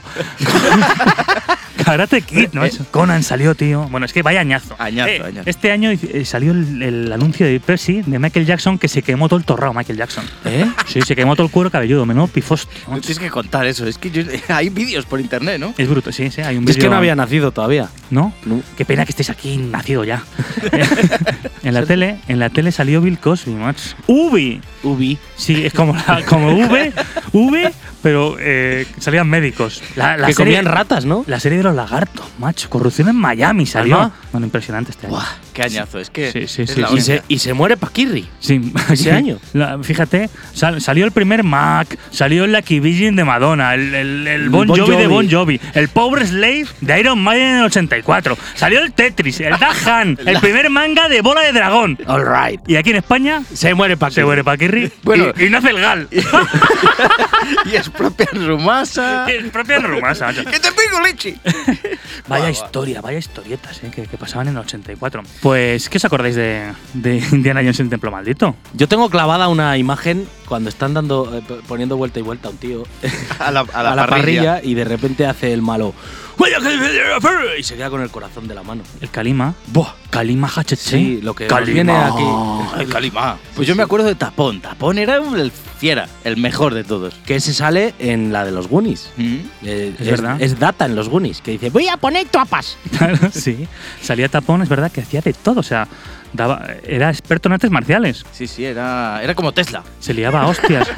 Karate Kid, ¿no? Eso. Eh, Conan salió, tío. Bueno, es que vaya añazo.
Añazo,
Eh,
añazo.
Este año eh, salió el, el anuncio de Percy de Michael Jackson que se quemó todo el torrado, Michael Jackson.
¿Eh?
Sí, se quemó todo el cuero cabelludo, menos pifos.
<laughs> No tienes que contar eso. Es que yo- <laughs> hay vídeos por internet, ¿no?
Es bruto, sí, sí, hay un
Es
vídeo.
que no había nacido todavía.
¿No?
No.
Qué pena que estés aquí nacido
<laughs>
ya. en la tele, en la tele salió Bill Cosby, macho. Ubi,
Ubi.
Sí, es como, la- como V, V, pero eh, salían médicos. La, la
que
serie-
comían ratas, ¿no?
La serie de los lagartos, macho. Corrupción en Miami salió.
Alma.
Bueno, impresionante este año.
Qué añazo. Es que.
Sí, sí,
es
sí,
la
sí.
Y
hostia.
se, y se muere Paquirri.
Sí, <laughs>
Ese año.
La- fíjate, sal- salió el primer Mac, salió el Lucky Vision de Madonna, el, el- el Bon,
Bon
Jovi de
Jovi.
Bon Jovi, el Power Slave de Iron Maiden en el 94. Salió el Tetris, el Dahan, el primer manga de bola de dragón.
All right.
Y aquí en España
Se muere Paquirri.
se muere Paquirri
Bueno.
y, y nace el Gal.
<laughs> y es propia <laughs> rumasa.
el propio Rumasa. macho.
¡Que te pico
<laughs>
leche!
Vaya historia, vaya historietas eh, que, que pasaban en el 84. Pues, ¿qué os acordáis de, de Indiana Jones y el Templo Maldito?
Yo tengo clavada una imagen cuando están dando eh, p- poniendo vuelta y vuelta a un tío
A la, a
a
la
la,
parrilla.
parrilla. y de repente hace el malo "Vaya que- y se queda con el corazón de la mano.
El Kalima.
Buah.
Kalima ¿eh? HC.
Sí, lo que nos viene
<laughs>
aquí.
El Calimá. Pues yo me acuerdo de Tapón. Tapón era el fiera, el mejor de todos.
Que se sale en la de los Goonies.
¿Mm?
Eh,
Es verdad.
Es data en los Goonies, que dice, voy a poner
<laughs>
tapas.
Claro, sí. Salía tapón, es verdad que hacía de todo. O sea, daba, era experto en artes marciales.
Sí, sí, era, era como Tesla.
Se liaba a <laughs> hostias.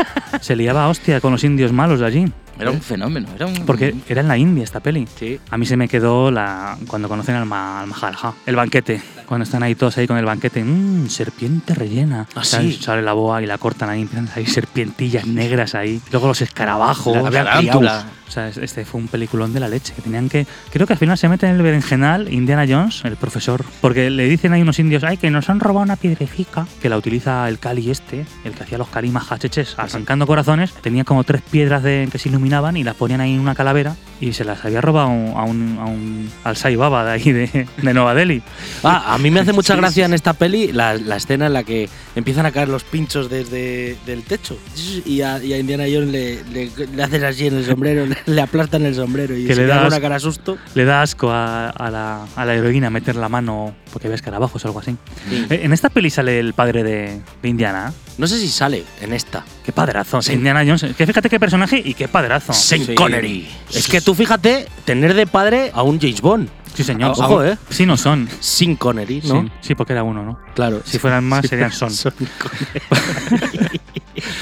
se liaba a hostia con los indios malos de allí.
Era un fenómeno. Era un,
Porque era en la India esta peli.
Sí.
A mí se me quedó la cuando conocen al, ma, al Mahalajá, el banquete. Cuando están ahí todos ahí con el banquete, mmm, serpiente rellena.
Ah,
Sale-
sí.
Sale la boa y la cortan ahí, empiezan a salir serpientillas negras ahí. Luego los escarabajos.
La tarántula.
criptus. O sea, es- este fue un peliculón de la leche. Que tenían que. Creo que al final se mete en el berenjenal Indiana Jones, el profesor, porque le dicen ahí unos indios, ay, que nos han robado una piedrecica, que la utiliza el Cali este, el que hacía los Kalimas hacheches, arrancando corazones. Tenía como tres piedras de, que se iluminaban y las ponían ahí en una calavera y se las había robado a un. A un al Sai Baba de ahí, de, de Nueva Delhi.
Ah, a mí me hace mucha
Sí,
gracia
sí,
en esta peli la, la escena en la que empiezan a caer los pinchos desde el techo y a, y a Indiana Jones le, le- le hacen así en el sombrero, <laughs> le, le aplastan el sombrero y
Que
se
le
le da
das-
una cara de susto.
Le da asco a, a la, a la heroína meter la mano porque había escarabajos o algo así. Eh, En esta peli sale el padre de, de Indiana.
No sé si sale en esta.
Qué padrazo. Indiana Jones. Que fíjate qué personaje y qué padrazo.
Sean
Sí.
Connery. Es que tú fíjate, tener de padre a un James Bond.
Sí, señor.
Ojo,
Aún-
eh.
Sí, no son.
Sin Connery, ¿no?
Sí, sí, porque era uno, ¿no?
Claro.
Si fueran más,
<laughs>
serían son.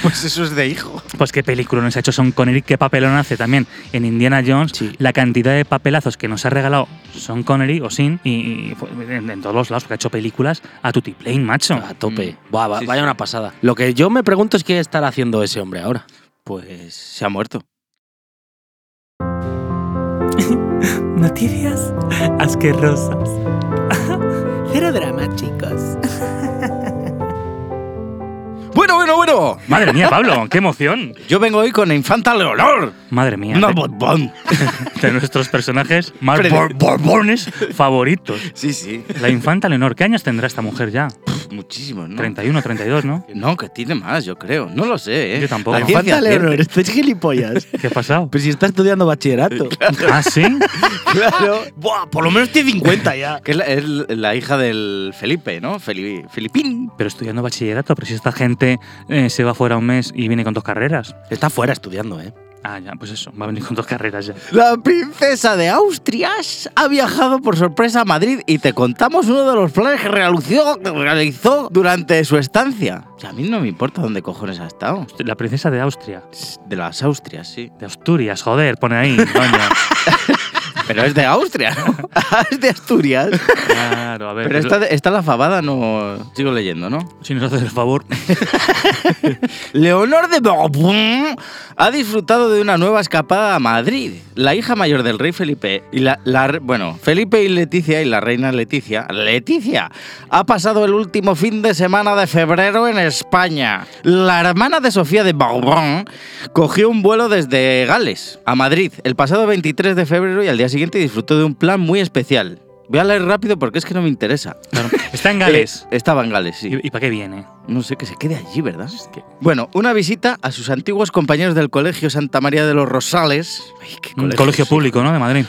Pues eso es de hijo.
Pues qué película nos ha hecho Son Connery, qué papelón hace también en Indiana Jones.
Sí.
La cantidad de papelazos que nos ha regalado Son Connery o Sin y, y fue- en, en todos los lados, porque ha hecho películas a Tutiplane, macho.
A tope. Buah, va-
Sí,
vaya
sí.
una pasada. Lo que yo me pregunto es qué estará haciendo ese hombre ahora.
Pues se ha muerto.
<laughs> Noticias asquerosas. <laughs> Cero drama, chicos.
<laughs> Bueno, bueno, bueno.
Madre mía, Pablo, qué emoción.
Yo vengo hoy con Infanta Leolor.
Madre mía.
Una
de-
Bourbon.
de nuestros personajes más
Prede-
bor- borbones favoritos.
Sí, sí. <laughs>
La infanta Leonor, ¿qué años tendrá esta mujer ya? Pues
Muchísimo, ¿no?
31, 32, ¿no?
No, que tiene más, yo creo. No lo sé, ¿eh?
Yo tampoco.
La ciencia <laughs> cierta.
estás gilipollas.
¿Qué ha pasado?
<laughs> Pero si está estudiando bachillerato.
¿Ah, sí?
Claro.
Buah, por lo menos tiene 50 ya.
<laughs> Que es la, es la hija del Felipe, ¿no? Feli- Felipín.
Pero estudiando bachillerato, pero si esta gente eh, se va fuera un mes y viene con dos carreras.
Está fuera estudiando, ¿eh?
Ah, ya, pues eso, va a venir con dos carreras ya.
La princesa de Austrias ha viajado por sorpresa a Madrid y te contamos uno de los planes que realizó, que realizó durante su estancia. O sea, a mí no me importa dónde cojones ha estado.
La princesa de Austria.
De las Austrias, sí.
De Asturias, joder, pone ahí, <laughs> coño.
Pero es de Austria, <laughs> ¿no? es de Asturias.
Claro, a ver.
Pero
es-
esta, esta la fabada no... Sigo leyendo, ¿no?
Si nos haces el favor.
Leonor de Bourbon ha disfrutado de una nueva escapada a Madrid. La hija mayor del rey Felipe y la, la re- bueno, Felipe y Leticia y la reina Leticia, Leticia, ha pasado el último fin de semana de febrero en España. La hermana de Sofía de Bourbon cogió un vuelo desde Gales a Madrid el pasado 23 de febrero y al día siguiente disfrutó de un plan muy especial. Voy a leer rápido porque es que no me interesa.
Claro. Está en Gales.
Eh, estaba en Gales, sí.
¿Y, para qué viene?
No sé, que se quede allí, ¿verdad? Bueno, una visita a sus antiguos compañeros del Colegio Santa María de los Rosales. Ay, qué
Un Mm, colegio
sí.
público, ¿no? De Madrid.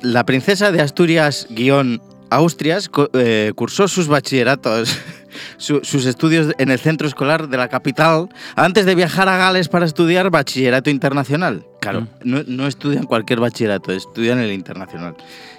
La princesa de Asturias, guión Austrias, co- eh, cursó sus bachilleratos, <laughs> su- sus estudios en el centro escolar de la capital, antes de viajar a Gales para estudiar bachillerato internacional. Claro,
Mm.
no, no estudian cualquier bachillerato, estudian el internacional.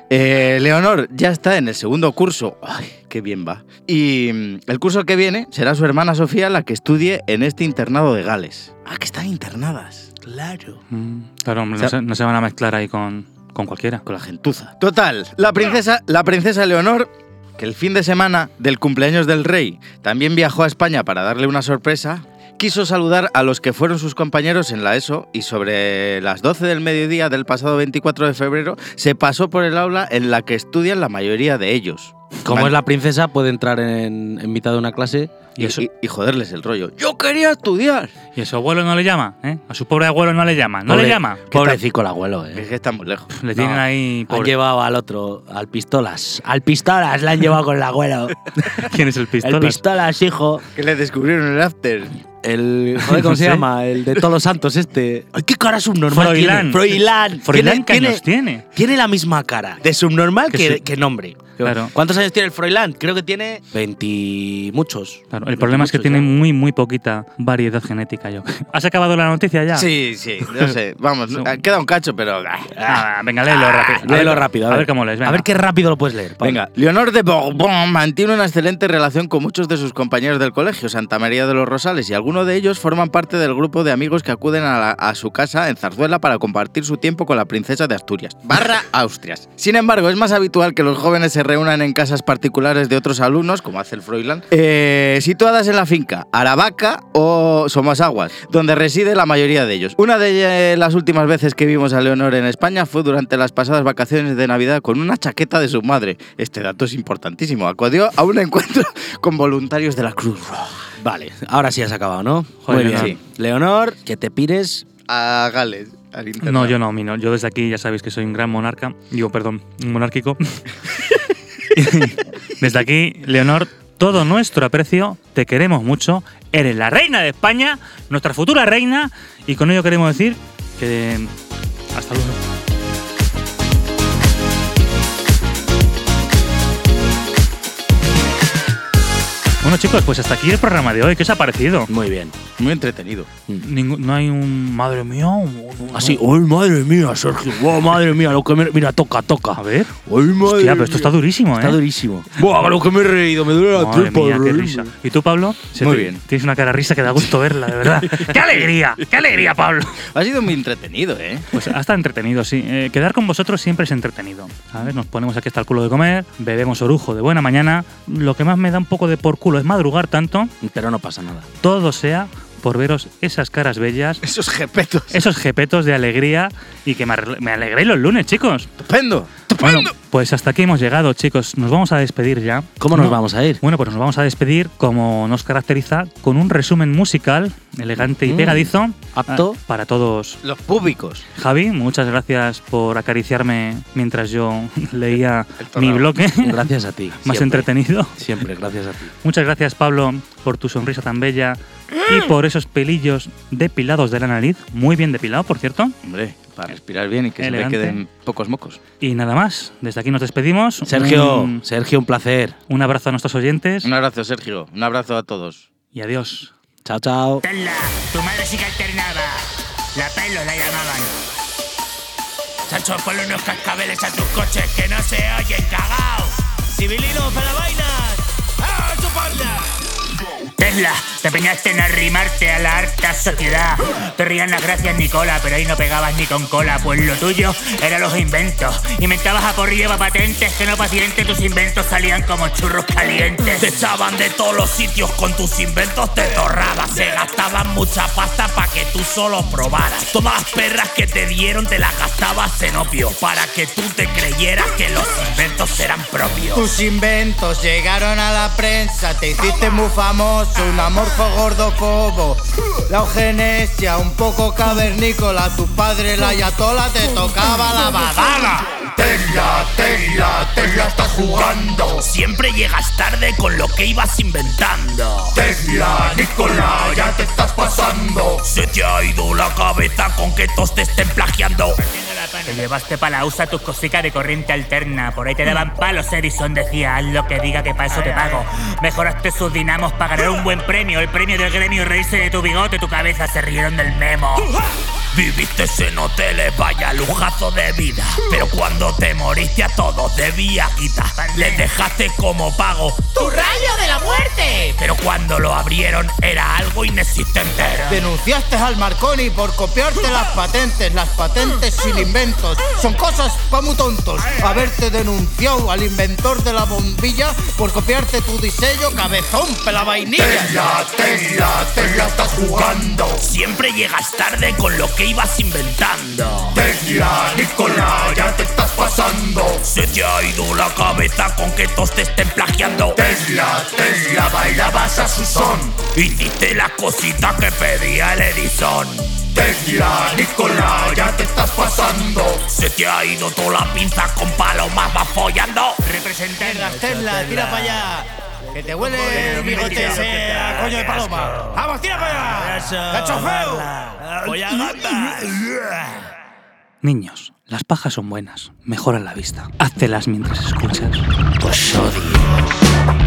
Eh, Leonor ya está en el segundo curso. Ay, qué bien va. Y mm, el curso que viene será su hermana Sofía la que estudie en este internado de Gales. Ah, que están internadas. Claro.
Mm, Claro, hombre,
O
no
sea-
se, no se van a mezclar ahí con, con cualquiera.
con la gentuza. Total, la princesa, la princesa Leonor, que el fin de semana del cumpleaños del rey también viajó a España para darle una sorpresa, quiso saludar a los que fueron sus compañeros en la ESO y sobre las 12 del mediodía del pasado 24 de febrero se pasó por el aula en la que estudian la mayoría de ellos.
Como
Vale.
es la princesa, puede entrar en, en mitad de una clase.
Y,
Y eso-
y- y joderles el rollo. Yo quería estudiar.
¿Y a su abuelo no le llama? ¿eh? A su pobre abuelo no le llama. ¿No
Pobre-
le llama?
Pobrecito el abuelo,
Es
eh.
que estamos lejos.
Le tienen ahí.
Han
pobre.
llevado al otro, al pistolas. Al pistolas le han llevado con el abuelo.
<laughs> ¿Quién es el
el
pistola?
pistolas, hijo.
Que le descubrieron el after.
El. Joder, ¿cómo
No <laughs>
se
sé.
llama? El de todos los santos, este. Ay, qué cara subnormal.
Froilán.
tiene. Froilán. Tiene-
Froilán, ¿qué años
tiene-
tiene?
Tiene la misma cara de subnormal
Que
que,
sí.
que nombre.
Claro.
¿Cuántos años tiene el Froilán? Creo que tiene 20 muchos.
Claro, el problema es que
Muchos,
tiene
ya.
muy, muy poquita variedad genética, yo creo. ¿Has acabado la noticia ya?
Sí, sí, no sé. Vamos,
Sí.
queda un cacho, pero.
Ah, venga, léelo rápido.
Léelo rápido.
A ver, cómo lees.
A ver qué rápido lo puedes leer. Pablo.
Venga, Leonor de Bourbon mantiene una excelente relación con muchos de sus compañeros del colegio, Santa María de los Rosales, y algunos de ellos forman parte del grupo de amigos que acuden a, la- a su casa en Zarzuela para compartir su tiempo con la princesa de Asturias, barra Austrias. Sin embargo, es más habitual que los jóvenes se reúnan en casas particulares de otros alumnos, como hace el Froilán, eh, situadas en la finca Aravaca o Somasaguas, donde reside la mayoría de ellos. Una de eh, las últimas veces que vimos a Leonor en España fue durante las pasadas vacaciones de Navidad con una chaqueta de su madre. Este dato es importantísimo. Acudió a un encuentro <laughs> con voluntarios de la Cruz Roja.
Vale, ahora sí has acabado, ¿no?
Joder,
Muy bien.
Leonor.
Sí. Leonor, que te pires.
A Gales, al internado.
No, yo no, mi no. Yo desde aquí ya sabéis que soy un gran monarca. Digo, perdón, un monárquico. desde aquí, Leonor, todo nuestro aprecio. Te queremos mucho. Eres la reina de España, nuestra futura reina. Y con ello queremos decir que. Hasta luego. Bueno chicos, pues hasta aquí el programa de hoy. ¿Qué os ha parecido?
Muy bien.
Muy entretenido.
Ningún- no hay un... Madre mía. un- un-
Así, ¡ay, madre mía, Sergio! ¡Oh, madre mía! Lo que me... Mira, toca, toca.
A ver.
¡Ay, madre
Hostia, pero esto
mía!
está durísimo,
Está
¿eh?
durísimo. ¡Buah, lo que me he reído! Me duele la
Madre
tripa.
mía,
de
qué
reírme.
risa. ¿Y tú, Pablo? Se
Muy
te-
bien.
Tienes una cara de risa que da gusto verla, de <laughs> verdad. ¡Qué alegría! ¡Qué alegría, Pablo!
Ha sido muy entretenido, ¿eh?
Pues hasta entretenido, sí. Eh, quedar con vosotros siempre es entretenido. ¿sabes? Nos ponemos aquí hasta el culo de comer, bebemos orujo de buena mañana. Lo que más me da un poco de por culo es madrugar tanto,
Pero no pasa nada.
todo sea por veros esas caras bellas,
Esos jepetos.
esos jepetos de alegría y que me arre- me alegréis los lunes, chicos.
Estupendo.
Bueno, pues hasta aquí hemos llegado, chicos. Nos vamos a despedir ya.
¿Cómo nos
No-
vamos
<laughs>
a ir?
Bueno, pues nos vamos a despedir, como nos caracteriza, con un resumen musical elegante y
Mm,
pegadizo.
apto.
ah, Para todos.
Los públicos.
Javi, muchas gracias por acariciarme mientras yo <laughs> leía mi
torrado.
bloque.
Gracias a ti.
<laughs> Más
siempre.
entretenido.
Siempre, gracias a ti.
Muchas gracias, Pablo, por tu sonrisa tan bella y por esos pelillos depilados de la nariz. Muy bien depilado, por cierto.
Hombre, para respirar bien y que
Elegante.
se le queden pocos mocos.
Y nada más. Desde aquí nos despedimos.
Sergio,
Un,
Sergio, un placer.
un abrazo a nuestros oyentes
Un abrazo, Sergio. Un abrazo a todos.
y adiós.
Chao, chao.
Tela, tu madre sí que alternaba. La pelo la llamaban. Sancho, ponle unos cascabeles a tus coches que no se oyen, cagao.
¡Civilino para vainas! ¡Ah, chupadla!
Tesla, te peñaste en arrimarte a la harta sociedad. Te rían las gracias, Nicola, pero ahí no pegabas ni con cola, pues lo tuyo eran los inventos. Inventabas a porrillo para patentes que no pacientes, tus inventos salían como churros calientes.
Te echaban de todos los sitios con tus inventos, te torrabas. Se gastaban mucha pasta para que tú solo probaras. Todas las perras que te dieron te las gastabas en opio. Para que tú te creyeras que los inventos eran propios.
Tus inventos llegaron a la prensa, te hiciste muy famoso, un amorfo gordofobo. La eugenesia, un poco cavernícola, tu padre la ayatola te tocaba la badala.
Tesla, Tesla, Tesla está jugando. Siempre llegas tarde con lo que ibas inventando. Tesla, Nicola, ya te estás pasando. Se te ha ido la cabeza con que todos te estén plagiando.
Te llevaste para la USA tus cositas de corriente alterna. Por ahí te daban palos, Edison decía, haz lo que diga que para eso te pago. Mejoraste sus dinamos para ganar un buen premio, el premio del gremio, reírse de tu bigote, tu cabeza, se rieron del memo.
Viviste en hoteles, vaya lujazo de vida. Pero cuando te moriste a todos debía quitar. Les dejaste como pago tu rayo de la muerte. Pero cuando lo abrieron era algo inexistente.
Denunciaste al Marconi por copiarte las patentes, las patentes sin inventos. Son cosas pa' muy tontos. Haberte denunciado al inventor de la bombilla por copiarte tu diseño, cabezón, pela vainilla.
Tesla, Tesla, Tesla estás jugando. Siempre llegas tarde con lo que ibas inventando. Tesla, Nicolás, ya te estás pasando. Se te ha ido la cabeza con que todos te estén plagiando. Tesla, Tesla, bailabas a su son. Hiciste la cosita que pedía el Edison. Tesla, Nicolás, ya te estás pasando. Se te ha ido toda la pinza con palomas, vas follando.
Representar
Tesla, Tesla, tira para allá. Que te huele el bigote ese a coño de paloma. ¡Vamos, tira para allá! ¡Te ha hecho feo!
Voy a gambas.
Niños, las pajas son buenas, mejoran la vista. Háztelas mientras escuchas.
Os odio.